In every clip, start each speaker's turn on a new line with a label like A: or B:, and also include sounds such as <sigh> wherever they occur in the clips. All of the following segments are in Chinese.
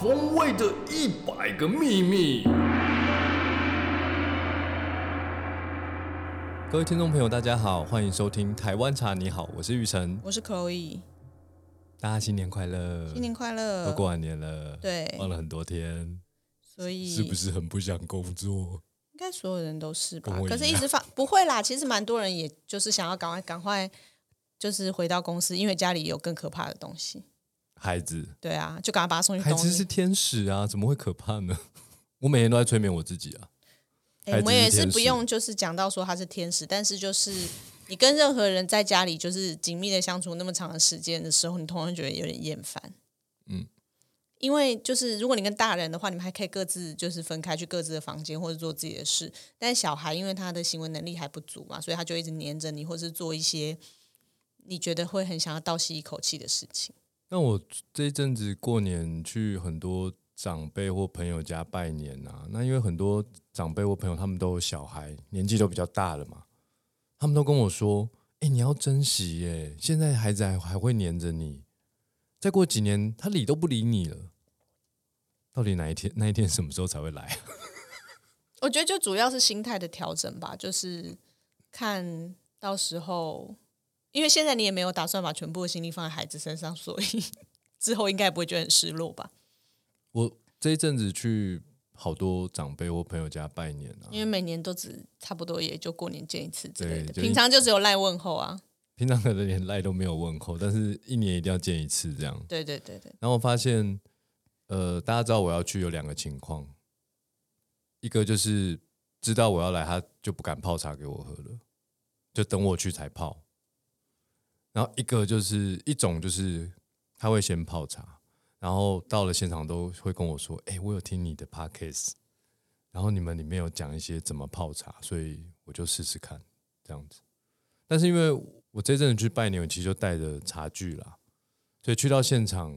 A: 风味的一百个秘密。
B: 各位听众朋友，大家好，欢迎收听《台湾茶》，你好，我是玉成，
C: 我是 Chloe，
B: 大家新年快乐！
C: 新年快乐！
B: 呃都过完年了，
C: 对
B: 放了很多天，
C: 所以
B: 是不是很不想工作？
C: 应该所有人都是吧
B: 跟我一？
C: 可是一直放不会啦，其实蛮多人也就是想要赶快赶快就是回到公司，因为家里有更可怕的东西。
B: 孩子，
C: 对啊，就赶快把它送去
B: 孩
C: 东
B: 子是
C: 西。
B: 天使啊，怎么会可怕呢？ <laughs> 我每天都在催眠我自己啊，
C: 哎
B: 孩
C: 我
B: 子
C: 们
B: 是
C: 也是
B: 天
C: 不
B: 使
C: 用就是讲到说他是天使，但是就是你跟任何人在家里就是紧密的相处那么长的时间的时候，你通常觉得有点厌烦。
B: 嗯。
C: 因为就是，如果你跟大人的话，你们还可以各自就是分开去各自的房间或者做自己的事。但小孩因为他的行为能力还不足嘛，所以他就一直黏着你，或是做一些你觉得会很想要倒吸一口气的事情。
B: 那我这一阵子过年去很多长辈或朋友家拜年啊，那因为很多长辈或朋友他们都有小孩，年纪都比较大了嘛，他们都跟我说：“哎、你要珍惜耶，现在孩子还还会黏着你，再过几年他理都不理你了。”到底哪一天那一天什么时候才会来？
C: 我觉得就主要是心态的调整吧，就是看到时候，因为现在你也没有打算把全部的心力放在孩子身上，所以 <laughs> 之后应该也不会觉得很失落吧。
B: 我这一阵子去好多长辈或朋友家拜年啊，
C: 因为每年都只差不多也就过年见一次之类的，
B: 对就一
C: 平常就只有赖问候啊。
B: 平常可能连赖都没有问候，但是一年一定要见一次这样。
C: 对对对对，
B: 然后我发现，呃，大家知道我要去有两个情况，一个就是知道我要来，他就不敢泡茶给我喝了，就等我去才泡。然后一个就是一种就是他会先泡茶，然后到了现场都会跟我说：“哎、我有听你的 podcast，然后你们里面有讲一些怎么泡茶，所以我就试试看这样子。”但是因为我这阵子去拜年，我其实就带着茶具啦，所以去到现场，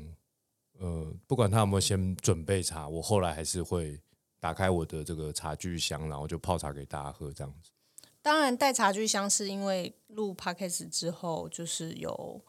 B: 呃，不管他有没有先准备茶，我后来还是会打开我的这个茶具箱，然后就泡茶给大家喝这样子。
C: 当然带茶具箱是因为录 podcast 之后，就是有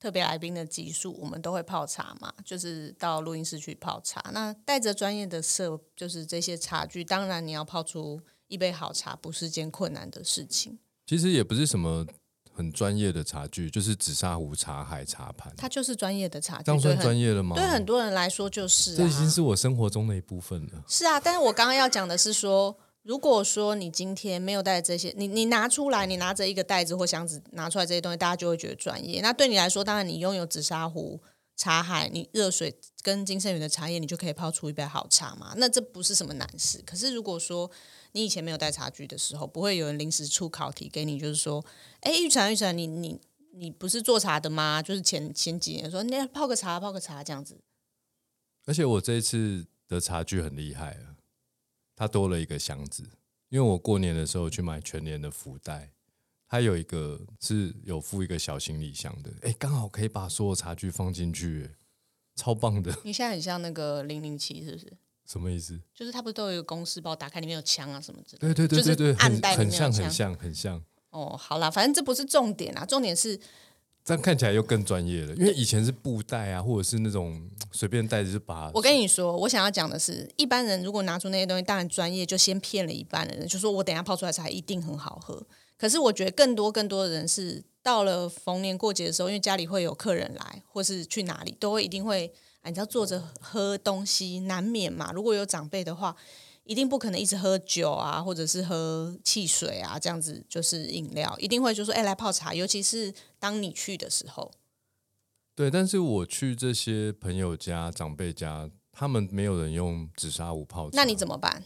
C: 特别来宾的集数，我们都会泡茶嘛，就是到录音室去泡茶。那带着专业的设，就是这些茶具，当然你要泡出一杯好茶，不是件困难的事情。
B: 其实也不是什么很专业的茶具，就是紫砂壶、茶海、茶盘，
C: 它就是专业的茶具，
B: 这样
C: 对
B: 算
C: 很
B: 专业了吗？
C: 对很多人来说就是、啊，
B: 这已经是我生活中的一部分了。
C: 是啊，但是我刚刚要讲的是说，如果说你今天没有带这些，你你拿出来，你拿着一个袋子或箱子拿出来这些东西，大家就会觉得专业。那对你来说，当然你拥有紫砂壶、茶海，你热水跟金圣宇的茶叶，你就可以泡出一杯好茶嘛。那这不是什么难事。可是如果说你以前没有带茶具的时候，不会有人临时出考题给你，就是说，哎，玉成玉成，你你你不是做茶的吗？就是前前几年说，你泡个茶，泡个茶这样子。
B: 而且我这一次的茶具很厉害了，它多了一个箱子，因为我过年的时候去买全年的福袋，它有一个是有附一个小行李箱的，哎，刚好可以把所有茶具放进去耶，超棒的。
C: 你现在很像那个零零七，是不是？
B: 什么意思？
C: 就是它不是都有一个公式包，打开里面有枪啊什么之类的。
B: 对对对对对，
C: 就是暗
B: 很
C: 袋里
B: 很
C: 面有
B: 像很
C: 枪。
B: 像很像，
C: 哦，好啦，反正这不是重点啊，重点是
B: 这样看起来又更专业了，因为以前是布袋啊，或者是那种随便袋子就把它。
C: 我跟你说，我想要讲的是，一般人如果拿出那些东西，当然专业就先骗了一半的人，就说我等一下泡出来茶一定很好喝。可是我觉得更多更多的人是到了逢年过节的时候，因为家里会有客人来，或是去哪里，都会一定会，啊、你知道坐着喝东西难免嘛。如果有长辈的话，一定不可能一直喝酒啊，或者是喝汽水啊，这样子就是饮料，一定会就说哎来泡茶，尤其是当你去的时候，
B: 对，但是我去这些朋友家、长辈家，他们没有人用紫砂壶泡茶，
C: 那你怎么办？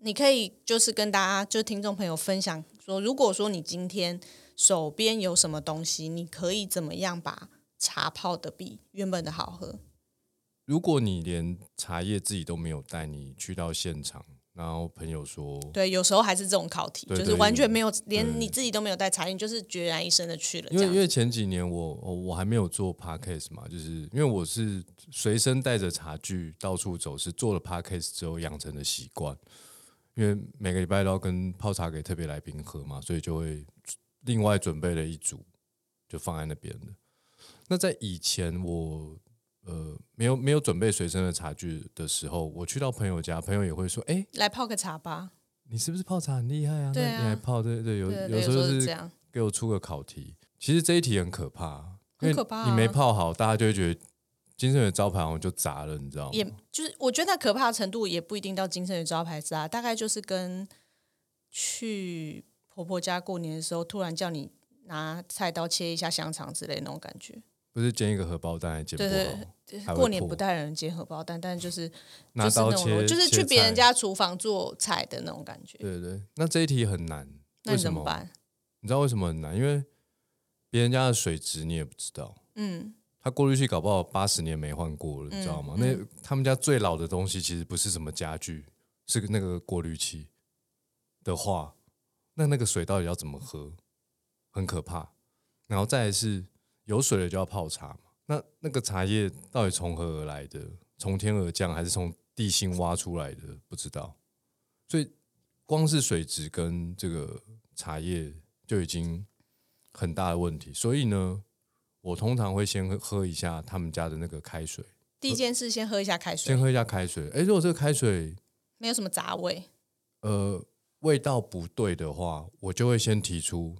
C: 你可以就是跟大家，就听众朋友分享说，如果说你今天手边有什么东西，你可以怎么样把茶泡的比原本的好喝？
B: 如果你连茶叶自己都没有带，你去到现场，然后朋友说，
C: 对，有时候还是这种考题，
B: 对
C: 就
B: 对
C: 是完全没有，
B: 对
C: 连你自己都没有带茶叶，你就是决然一身的去了。
B: 因
C: 这
B: 为
C: 样
B: 因为前几年我我我还没有做 podcast 嘛，就是因为我是随身带着茶具到处走，是做了 podcast 之后养成的习惯。因为每个礼拜都要跟泡茶给特别来宾喝嘛，所以就会另外准备了一组，就放在那边的。那在以前我呃没有没有准备随身的茶具的时候，我去到朋友家，朋友也会说：“哎、
C: 来泡个茶吧。
B: 你是不是泡茶很厉害啊？
C: 对
B: 那
C: 啊
B: 你还泡对对，有
C: 对对，
B: 有时
C: 时
B: 候
C: 是
B: 是
C: 这样，
B: 给我出个考题。其实这一题很可怕，
C: 很
B: 因为
C: 可怕啊
B: 你没泡好，大家就会觉得金圣宇的招牌好像就砸了，你知道
C: 也
B: 吗？
C: 就是我觉得那可怕的程度也不一定到金圣宇招牌渣，大概就是跟去婆婆家过年的时候，突然叫你拿菜刀切一下香肠之类的那种感觉。
B: 不是煎一个荷包蛋还煎不
C: 对对
B: 好，还会
C: 过年
B: 破
C: 不带人煎荷包蛋，但就是
B: 拿
C: 就是那
B: 刀
C: 种
B: 切，
C: 就是去
B: 切
C: 别人
B: 菜。
C: 家厨房做菜的那种感觉。
B: 对对，那这一题很难，
C: 那你
B: 为什
C: 怎么办？
B: 你知道为什么很难？因为别人家的水质你也不知道，
C: 嗯，
B: 他过滤器搞不好八十年没换过了，你知道吗？那他们家最老的东西其实不是什么家具，是那个过滤器的话，那那个水到底要怎么喝？很可怕。然后再来是有水了就要泡茶嘛，那那个茶叶到底从何而来的？从天而降还是从地心挖出来的？不知道。所以光是水质跟这个茶叶就已经很大的问题。所以呢，我通常会先喝喝一下他们家的那个开水，
C: 第一件事先喝一下开
B: 呃先
C: 水，
B: 喝一下开水。诶，如果这个开水
C: 没有什么杂味。
B: 呃味道不对的话，我就会先提出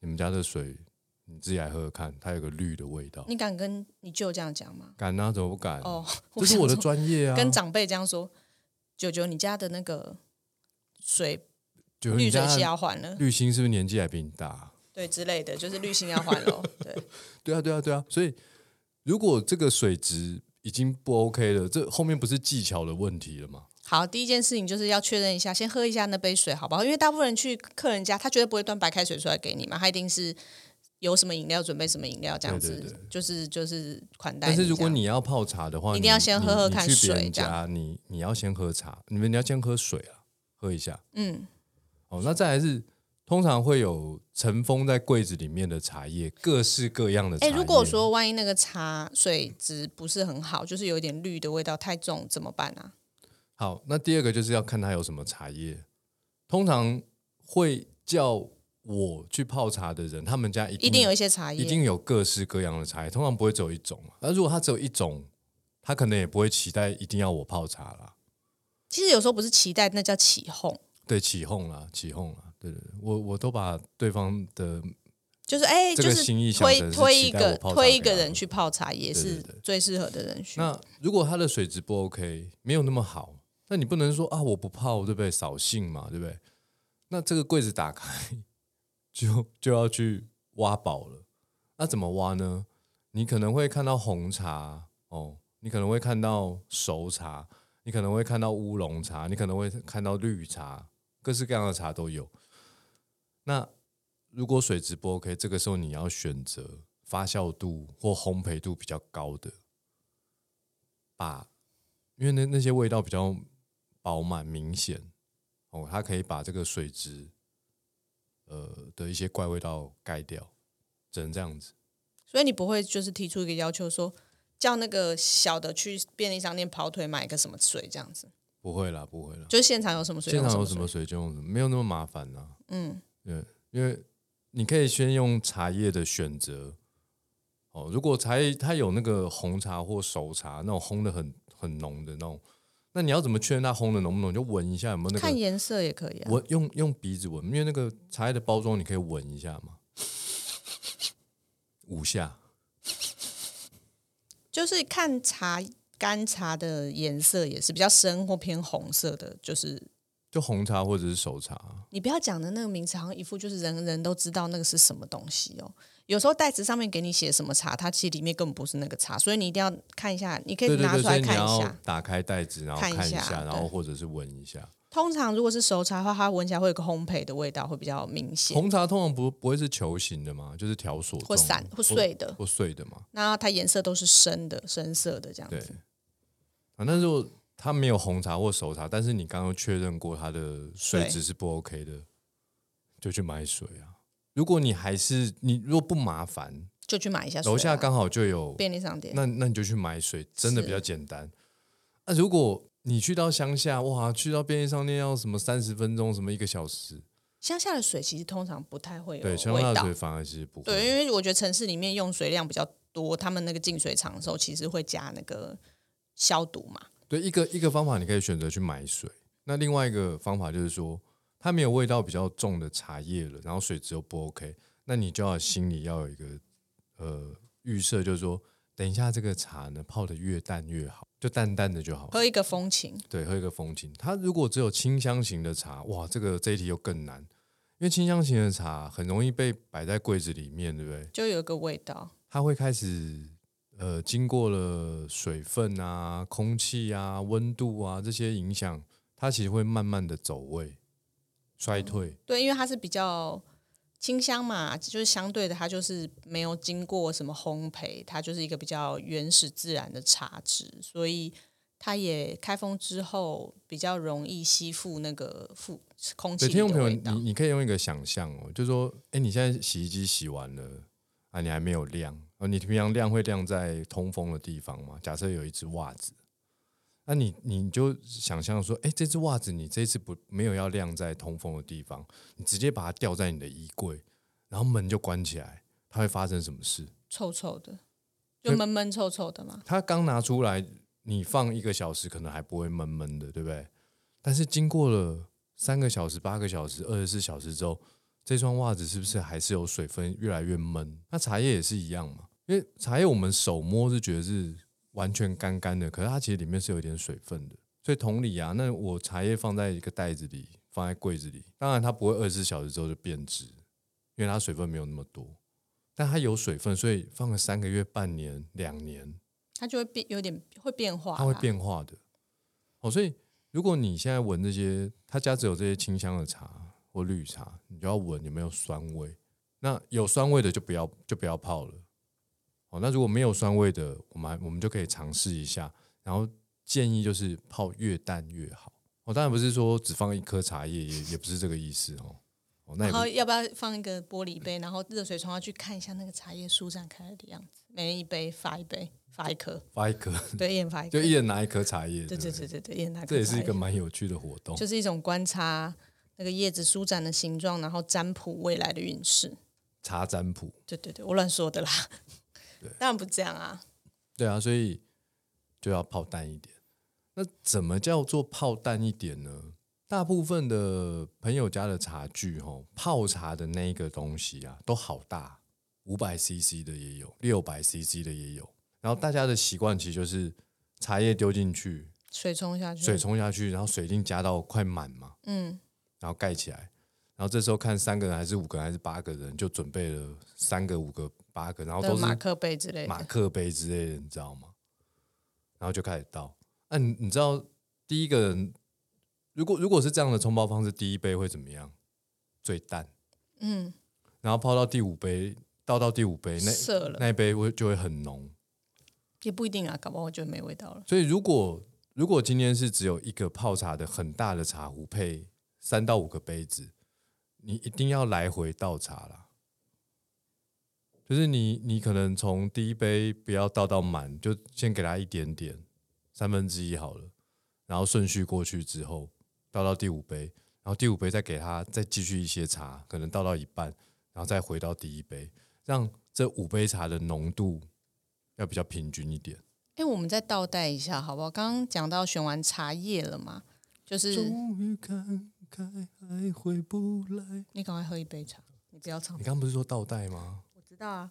B: 你们家的水，你自己来喝喝看，它有个绿的味道。
C: 你敢跟你舅这样讲吗？
B: 敢啊？怎么不敢？
C: 哦，
B: 这是我的
C: 想说
B: 专业啊！
C: 跟长辈这样说，九九，你家的那个水
B: 就是
C: 滤
B: 你
C: 水
B: 家
C: 器
B: 的
C: 要换了，
B: 绿星是不是年纪还比你大啊？
C: 对之类的，就是滤芯要换了。哦对，
B: 对啊，对啊，对啊。所以如果这个水质已经不 OK 了，这后面不是技巧的问题了吗？
C: 好，第一件事情就是要确认一下，先喝一下那杯水，好不好？因为大部分人去客人家，他绝对不会端白开水出来给你嘛，他一定是有什么饮料准备什么饮料这样子，
B: 对对对
C: 就是就是款待
B: 但
C: 这样。
B: 是如果你要泡茶的话，
C: 一定要先
B: 你
C: 喝喝
B: 你
C: 看
B: 你去别
C: 水
B: 人
C: 这样
B: 家，你你要先喝茶，你们你要先喝水啊，喝一下。
C: 嗯，
B: 哦，那再来是通常会有尘封在柜子里面的茶叶，各式各样的茶
C: 哎、
B: 叶。
C: 如果说万一那个茶水质不是很好，就是有一点绿的味道太重，怎么办啊？
B: 好，那第二个就是要看它有什么茶叶。通常会叫我去泡茶的人，他们家一定
C: 一定有一些茶
B: 嗯一
C: 叶，
B: 定有各式各样的茶叶，通常不会只有一种嘛。那如果它只有一种，他可能也不会期待一定要我泡茶啦。
C: 其实有时候不是期待，那叫起哄。
B: 对，起哄啦，起哄啦，对对对，我我都把对方的
C: 就是哎、
B: 这
C: 就
B: 个
C: 是
B: 心意象
C: 推
B: 征是
C: 推
B: 期
C: 一
B: 待
C: 个
B: 我泡茶
C: 推一
B: 给
C: 个
B: 他
C: 人
B: 喝
C: 去泡茶也
B: 对
C: 是
B: 对对
C: 最适合的人选。
B: 那如果它的水质不 OK，没有那么好，那你不能说啊我不泡，对不对？扫兴嘛，对不对？那这个柜子打开就就要去挖宝了。那怎么挖呢？你可能会看到红茶哦，你可能会看到熟茶，你可能会看到乌龙茶，你可能会看到绿茶，各式各样的茶都有。那如果水质不 OK，这个时候你要选择发酵度或烘焙度比较高的，把，因为那那些味道比较饱满明显哦，它可以把这个水质呃的一些怪味道盖掉，只能这样子。
C: 所以你不会就是提出一个要求说，叫那个小的去便利商店跑腿买个什么水这样子，
B: 不会啦，不会啦，
C: 就是现场有什么水，
B: 现场有
C: 什
B: 什么
C: 水
B: 水就用什么，没有那么麻烦啦。
C: 嗯，
B: 对，因为你可以先用茶叶的选择哦，如果茶叶它有那个红茶或熟茶那种烘的很很浓的那种，那你要怎么确认它烘的浓不浓？你就闻一下有没有那个
C: 看颜色也可以啊。
B: 闻用用鼻子闻，因为那个茶叶的包装你可以闻一下嘛， <laughs> 五下。
C: 就是看茶干茶的颜色也是比较深或偏红色的，就是
B: 就红茶或者是熟茶，
C: 你不要讲的那个名字，好像一副就是人人都知道那个是什么东西哦。有时候袋子上面给你写什么茶，它其实里面根本不是那个茶，所以你一定要看一下，你可以
B: 对对
C: 拿出
B: 对，所
C: 来
B: 以你
C: 看一
B: 要
C: 下。
B: 打开袋子，然后
C: 看
B: 看
C: 一
B: 一
C: 下
B: 下，然后
C: 对
B: 或者是闻一下。
C: 通常如果是熟茶的话，它闻起来会有一个烘焙的味道，会比较明显。
B: 红茶通常不不会是球形的嘛，就是条索
C: 或
B: 状
C: 散
B: 的
C: 或碎的
B: 或碎的嘛。
C: 那它颜色都是深的、深色的这样
B: 对
C: 子。
B: 啊，但是我它没有红茶或熟茶，但是你刚刚确认过它的水
C: 对
B: 质是不 OK 的，就去买水啊。如果你还是你如果不麻烦，
C: 就去买一下水啊、
B: 楼下刚好就有
C: 便利商店，
B: 那那你就去买水，真的
C: 是
B: 比较简单。那、如果你去到乡下，哇，去到便利商店要什么三十分钟，什么一个小时，
C: 乡下的水其实通常不太会有
B: 对，乡
C: 味
B: 下的
C: 道
B: 水。反而其实不会。
C: 对，因为我觉得城市里面用水量比较多他们那个净水厂的时候，其实会加那个消毒嘛。
B: 对，一个一个方法你可以选择去买水，那另外一个方法就是说，它没有味道比较重的茶叶了，然后水质又不 OK，那你就要心里要有一个呃预设，就是说，等一下这个茶呢泡的越淡越好，就淡淡的就好。
C: 喝一个风情，
B: 对，喝一个风情。它如果只有清香型的茶，哇，这个这一题又更难，因为清香型的茶很容易被摆在柜子里面，对不对？
C: 就有一个味道。
B: 它会开始呃，经过了水分啊、空气啊、温度啊这些影响，它其实会慢慢的走味、衰退。
C: 对，因为它是比较清香嘛，就是相对的，它就是没有经过什么烘焙，它就是一个比较原始自然的茶质，所以它也开封之后比较容易吸附那个附空气
B: 对，
C: 里
B: 听众朋
C: 的
B: 友，
C: 味
B: 你
C: 道。
B: 你可以用一个想象哦，就是说，哎，你现在洗衣机洗完了啊，你还没有晾，哦，你平常晾会晾在通风的地方嘛？假设有一只袜子，那你你就想象说，哎，这只袜子你这次不没有要晾在通风的地方，你直接把它吊在你的衣柜，然后门就关起来，它会发生什么事？
C: 臭臭的，就闷闷臭臭的嘛。
B: 它刚拿出来，你放一个小时可能还不会闷闷的，对不对？但是经过了三个小时、八个小时、二十四小时之后，这双袜子是不是还是有水分，越来越闷？那茶叶也是一样嘛，因为茶叶我们手摸是觉得是完全干干的，可是它其实里面是有一点水分的。所以同理啊，那我茶叶放在一个袋子里，放在柜子里，当然它不会二十四小时之后就变质，因为它水分没有那么多，但它有水分，所以放了三个月、半年、两年，
C: 它就会变，有点会变化啦。
B: 它会变化的。哦，所以如果你现在闻这些，他家只有这些清香的茶或绿茶，你就要闻有没有酸味。那有酸味的就不要就不要泡了。哦，那如果没有酸味的，我们还我们就可以尝试一下。然后建议就是泡越淡越好。哦，当然不是说只放一颗茶叶，也也不是这个意思哦。哦，那也
C: 然
B: 不
C: 后要不要放一个玻璃杯，然后热水冲下去看一下那个茶叶舒展开来的样子？每人一杯，发一杯，发一颗，
B: 发一颗， <laughs>
C: 对，一人发一颗。
B: 就一人拿一颗茶叶。
C: 对对
B: 不
C: 对对对，一人拿颗
B: 这也是
C: 茶
B: 一
C: 叶
B: 个蛮有趣的活动。
C: 就是一种观察那个叶子舒展的形状，然后占卜未来的运势。
B: 茶占卜。
C: 对对对，我乱说的啦。 <laughs> 当然不这样啊，
B: 对啊，所以就要泡淡一点。那怎么叫做泡淡一点呢？大部分的朋友家的茶具，哦，泡茶的那一个东西啊，都好大，五百 CC 的也有，六百 CC 的也有。然后大家的习惯其实就是茶叶丢进去，
C: 水冲下去，
B: 水冲下去，然后水已经加到快满嘛，
C: 嗯，
B: 然后盖起来。然后这时候看三个人还是五个人还是八个人，就准备了三个、五个、八个，然后
C: 的
B: 都是
C: 马克杯之类
B: 马
C: 的，
B: 克杯之类的，你知道吗？然后就开始倒。那、你你知道第一个人，如果如果是这样的冲泡方式，第一杯会怎么样？最淡，
C: 嗯，
B: 然后泡到第五杯，倒到第五杯，那
C: 涩了
B: 那一杯会就会很浓。
C: 也不一定啊，搞不好我觉得没味道了。
B: 所以如果如果今天是只有一个泡茶的很大的茶壶配三到五个杯子，你一定要来回倒茶啦。就是你你可能从第一杯不要倒到满，就先给它一点点，三分之一好了，然后顺序过去之后，倒到第五杯，然后第五杯再给它再继续一些茶，可能倒到一半，然后再回到第一杯，让这五杯茶的浓度要比较平均一点。
C: 哎，我们再倒带一下好不好？刚刚讲到选完茶叶了嘛，就是
B: 终于看开，还回不来。
C: 你赶快喝一杯茶，你不要唱
B: 你，刚不是说倒带吗？
C: 我知道啊，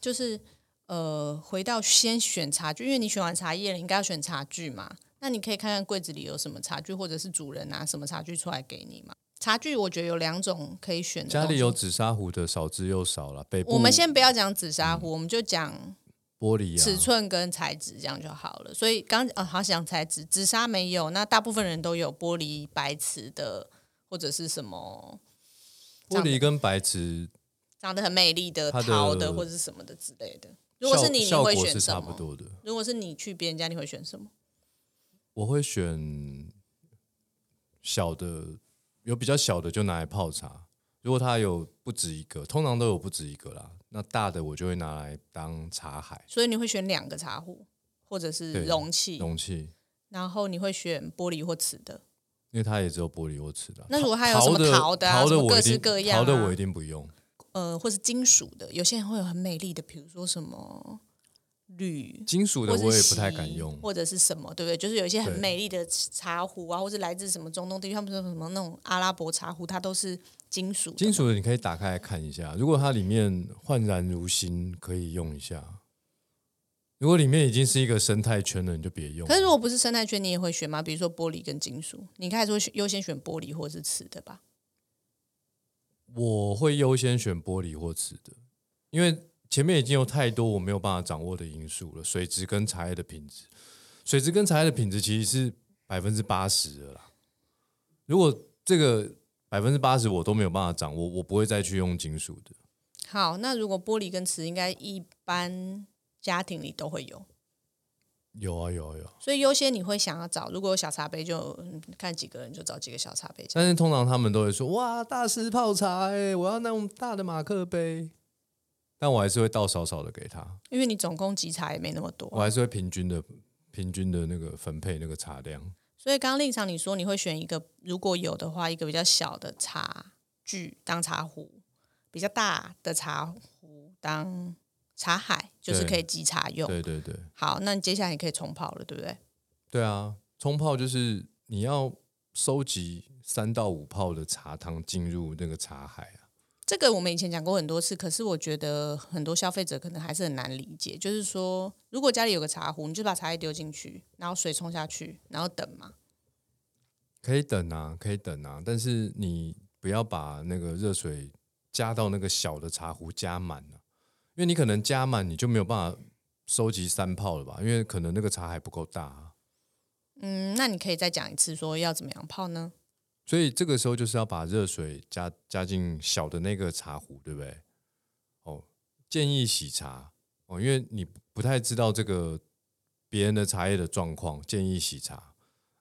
C: 就是呃，回到先选茶具，因为你选完茶叶了，你应该要选茶具嘛。那你可以看看柜子里有什么茶具，或者是主人拿什么茶具出来给你嘛。茶具我觉得有两种可以选的东
B: 家
C: 西。
B: 里有紫砂壶的少之又少了，北部
C: 我们先不要讲紫砂
B: 嗯
C: 壶，我们就讲
B: 玻璃
C: 尺
B: 啊，
C: 寸跟材质，这样就好了。所以刚啊，好想材质，紫砂没有，那大部分人都有玻璃、白瓷的，或者是什么
B: 玻璃跟白瓷
C: 长得很美丽的
B: 它的
C: 陶的，或者是什么的之类的。如果
B: 效
C: 是你，你
B: 效
C: 会
B: 果
C: 选
B: 是
C: 什
B: 差不
C: 么？
B: 多的。
C: 如果是你去别人家，你会选什么？
B: 我会选小的，有比较小的就拿来泡茶。如果它有不止一个，通常都有不止一个啦。那大的我就会拿来当茶海
C: 所以你会选两个茶壶或者是
B: 对
C: 容器，
B: 容器，
C: 然后你会选玻璃或瓷的。
B: 因为它也只有玻璃或瓷的啊。
C: 那如果它有什么
B: 陶
C: 陶的啊
B: 陶
C: 什
B: 的
C: 么
B: 我
C: 各
B: 一定
C: 式各样
B: 陶的
C: 啊
B: 我一定不用。
C: 呃，或是金属的，有些人会有很美丽的，比如说什么铝。
B: 金属的
C: 或是
B: 我也不太敢
C: 锡
B: 用。
C: 或者是什么，对不对？就是有一些很
B: 对
C: 美丽的茶壶啊，或是来自什么中东地区，他们说什么那种阿拉伯茶壶，它都是金属的。
B: 金属的你可以打开来看一下，如果它里面焕然如新，可以用一下；如果里面已经是一个生态圈了，你就别用
C: 可。是如果不是生态圈，你也会选吗？比如说玻璃跟金属，你应该还是会选优先选玻璃或是瓷的吧？
B: 我会优先选玻璃或瓷的，因为前面已经有太多我没有办法掌握的因素了，水质跟茶叶的品质，水质跟茶叶的品质其实是百分之八十的啦。如果这个百分之八十我都没有办法掌握，我不会再去用金属的。
C: 好，那如果玻璃跟瓷，应该一般家庭里都会有，
B: 有啊有啊有啊
C: 所以优先你会想要找，如果有小茶杯就，嗯看几个人就找几个小茶杯这样。
B: 但是通常他们都会说：“哇，大师泡茶哎、我要那种大的马克杯。”但我还是会倒少少的给他，
C: 因为你总共集茶也没那么
B: 我
C: 多，
B: 还是会平均的、平均的那个分配那个茶量。
C: 所以刚刚令场你说你会选一个，如果有的话，一个比较小的茶具当茶壶，比较大的茶壶当茶海，就是
B: 对
C: 可以集茶用。
B: 对对对，
C: 好，那你接下来你可以重跑了，对不对？
B: 对啊，冲泡就是你要收集三到五泡的茶汤进入那个茶海啊。
C: 这个我们以前讲过很多次，可是我觉得很多消费者可能还是很难理解。就是说，如果家里有个茶壶，你就把茶叶丢进去，然后水冲下去，然后等嘛。
B: 可以等啊，可以等啊，但是你不要把那个热水加到那个小的茶壶加满啊，因为你可能加满你就没有办法收集三泡了吧，因为可能那个茶还不够大、啊，
C: 嗯，那你可以再讲一次，说要怎么样泡呢？
B: 所以这个时候就是要把热水加加进小的那个茶壶，对不对？哦，建议洗茶哦，因为你不太知道这个别人的茶叶的状况，建议洗茶。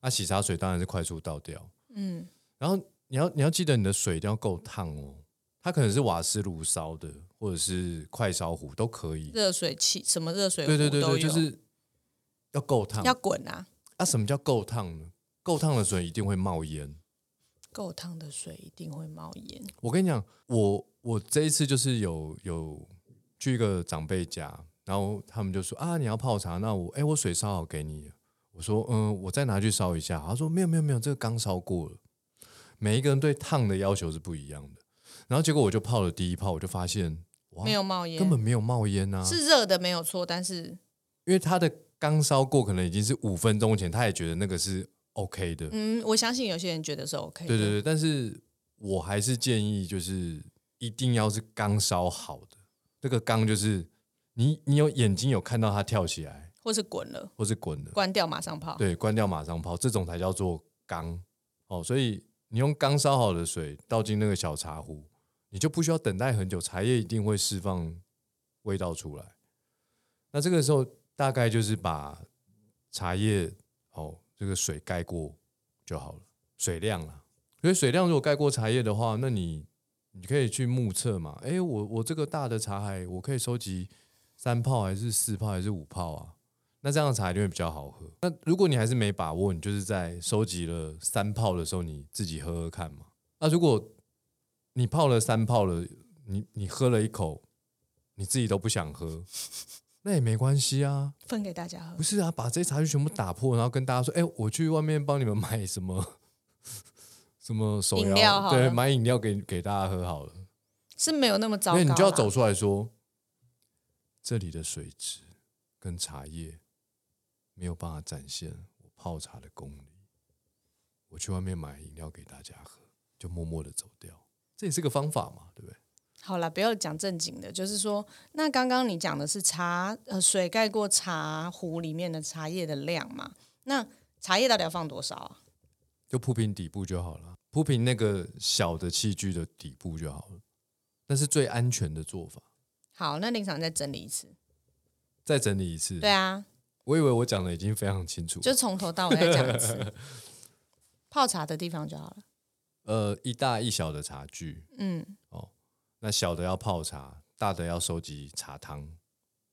B: 那、洗茶水当然是快速倒掉，
C: 嗯，
B: 然后你要你要记得你的水一定要够烫哦，它可能是瓦斯炉烧的，或者是快烧壶都可以。
C: 热水器什么热水壶
B: 对
C: 都
B: 对
C: 有，
B: 对对，就是要够烫。
C: 要滚啊！
B: 啊，什么叫够烫呢？够烫的水一定会冒烟。
C: 够烫的水一定会冒烟。
B: 我跟你讲，我我这一次就是有有去一个长辈家，然后他们就说啊，你要泡茶，那我哎、我水烧好给你了。我说嗯，我再拿去烧一下。他说没有没有没有，这个刚烧过了。每一个人对烫的要求是不一样的。然后结果我就泡了第一泡，我就发现哇，
C: 没有冒烟，
B: 根本没有冒烟啊，
C: 是热的没有错，但是
B: 因为他的刚烧过，可能已经是五分钟前，他也觉得那个是 OK 的。
C: 嗯，我相信有些人觉得是 OK 的。
B: 对对对，但是我还是建议，就是一定要是刚烧好的。这个刚就是你，你有眼睛有看到它跳起来
C: 或是滚了，
B: 或是滚的，
C: 关掉马上泡。
B: 对，关掉马上泡，这种才叫做刚哦。所以你用刚烧好的水倒进那个小茶壶，你就不需要等待很久，茶叶一定会释放味道出来。那这个时候大概就是把茶叶哦这个水盖过就好了，水量啦。所以水量如果盖过茶叶的话，那你你可以去目测嘛。诶，我我这个大的茶海，我可以收集三泡还是四泡还是五泡啊？那这样的茶一定会比较好喝。那如果你还是没把握，你就是在收集了三泡的时候，你自己喝喝看嘛。那如果你泡了三泡了，你你喝了一口，你自己都不想喝，那也没关系啊。
C: 分给大家喝
B: 不。是啊，把这些茶具全部打破，然后跟大家说：“哎、我去外面帮你们买什么 <laughs> 什么手
C: 饮料
B: 摇，
C: 好了
B: 对，买饮料给给大家喝好了。”
C: 是没有那么糟糕
B: 因为
C: 啦。
B: 你就要走出来说，这里的水质跟茶叶没有办法展现我泡茶的功力，我去外面买饮料给大家喝，就默默的走掉，这也是个方法嘛，对不对？
C: 好了，不要讲正经的，就是说，那刚刚你讲的是茶呃水盖过茶壶里面的茶叶的量嘛？那茶叶到底要放多少啊？
B: 就铺平底部就好了，铺平那个小的器具的底部就好了，那是最安全的做法。
C: 好，那林场再整理一次。
B: 再整理一次，
C: 对啊，
B: 我以为我讲的已经非常清楚了，
C: 就从头到尾再讲一
B: <laughs>
C: 次。泡茶的地方就好了。
B: 呃一大一小的茶具，
C: 嗯，
B: 哦，那小的要泡茶，大的要收集茶汤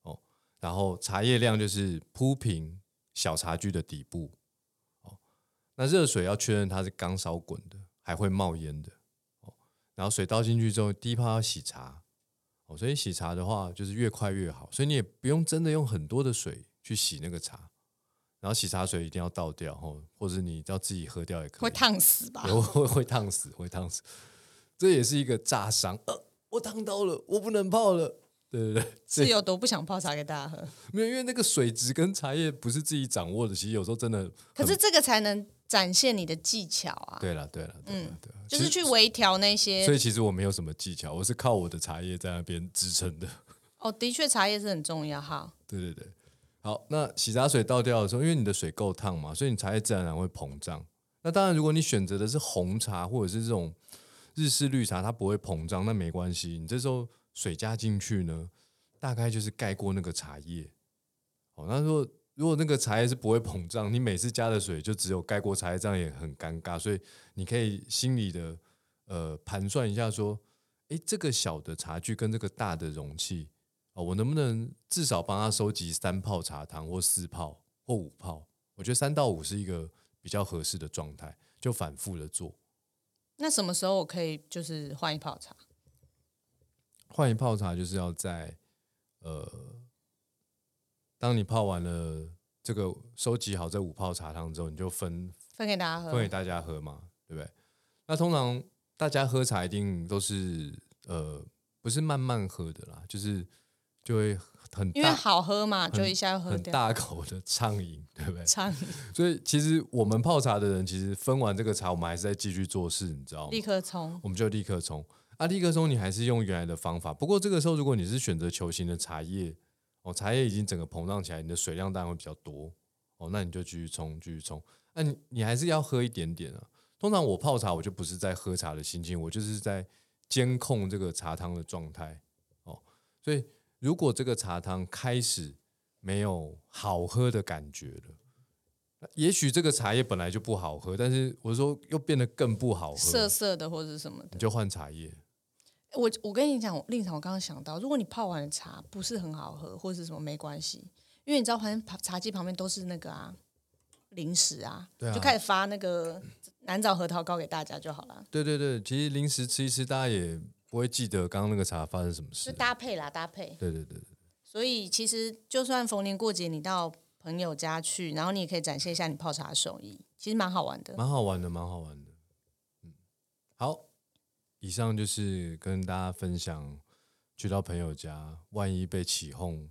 B: 哦，然后茶叶量就是铺平小茶具的底部哦，那热水要确认它是刚烧滚的，还会冒烟的哦，然后水倒进去之后，第一泡要洗茶哦，所以洗茶的话就是越快越好，所以你也不用真的用很多的水去洗那个茶，然后洗茶水一定要倒掉哦，或者你要自己喝掉也可以，
C: 会烫死吧
B: 对，？ <laughs> 会会会烫死，会烫死，这也是一个炸伤，呃，我烫到了，我不能泡了，对对对，
C: 是有多不想泡茶给大家喝？
B: 没有，因为那个水质跟茶叶不是自己掌握的，其实有时候真的
C: 可
B: 很，
C: 是这个才能展现你的技巧啊，
B: 对了，对了，对了，对了，
C: 就
B: 其
C: 是
B: 实
C: 去微调那
B: 所
C: 些。
B: 以其实我没有什么技巧，我是靠我的茶叶在那边支撑的。
C: 哦，的确茶叶是很重要哈。
B: 对对对，好，那洗茶水倒掉的时候，因为你的水够烫嘛，所以你茶叶自然而然会膨胀。那当然，如果你选择的是红茶或者是这种日式绿茶，它不会膨胀，那没关系。你这时候水加进去呢，大概就是盖过那个茶叶。哦，那如果如果那个茶叶是不会膨胀，你每次加的水就只有盖过茶叶，这样也很尴尬。所以你可以心里的呃盘算一下，说，诶，这个小的茶具跟这个大的容器，哦，我能不能至少帮他收集三泡茶汤或四泡或五泡？我觉得三到五是一个比较合适的状态，就反复的做，
C: 那什么时候我可以就是换一泡茶？
B: 换一泡茶就是要在呃，当你泡完了这个收集好这五泡茶汤之后，你就分
C: 分给大家喝。
B: 分给大家喝嘛，对不对？那通常大家喝茶一定都是呃，不是慢慢喝的啦，就是就会很
C: 因为
B: 大
C: 好喝嘛，
B: 很
C: 就一下就喝
B: 很
C: 掉。
B: 大口的畅饮，对不对？
C: 唱
B: <laughs> 所以其实我们泡茶的人，其实分完这个茶，我们还是在继续做事，你知道吗
C: 立？刻冲，
B: 我们就立刻冲啊！立刻冲，你还是用原来的方法。不过这个时候，如果你是选择球形的茶叶，哦，茶叶已经整个膨胀起来，你的水量当然会比较多哦。那你就继续冲，继续冲。那、你你还是要喝一点点啊。通常我泡茶，我就不是在喝茶的心情，我就是在监控这个茶汤的状态哦。所以如果这个茶汤开始没有好喝的感觉了。那也许这个茶叶本来就不好喝，但是我说又变得更不好喝，
C: 涩涩的或者什么的。
B: 你就换茶叶。
C: 我我跟你讲，令场我刚刚想到，如果你泡完的茶不是很好喝，或者是什么没关系，因为你知道，反正茶茶几旁边都是那个啊零食啊，
B: 对啊
C: 就开始发那个南枣核桃糕给大家就好了，
B: 对对对，其实零食吃一吃，大家也不会记得刚刚那个茶发生什么
C: 就
B: 事。
C: 搭配啦，搭配。
B: 对对对，
C: 所以其实就算逢年过节你到朋友家去，然后你也可以展现一下你泡茶的手艺，其实蛮好玩的。
B: 蛮好玩的，蛮好玩的。嗯，好，以上就是跟大家分享，去到朋友家，万一被起哄，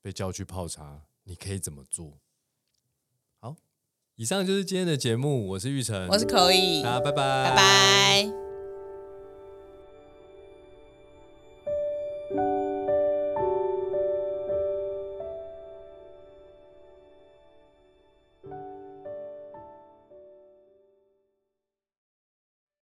B: 被叫去泡茶，你可以怎么做？好，以上就是今天的节目，我是玉成，
C: 我是可以，
B: 大家拜拜，
C: 拜拜。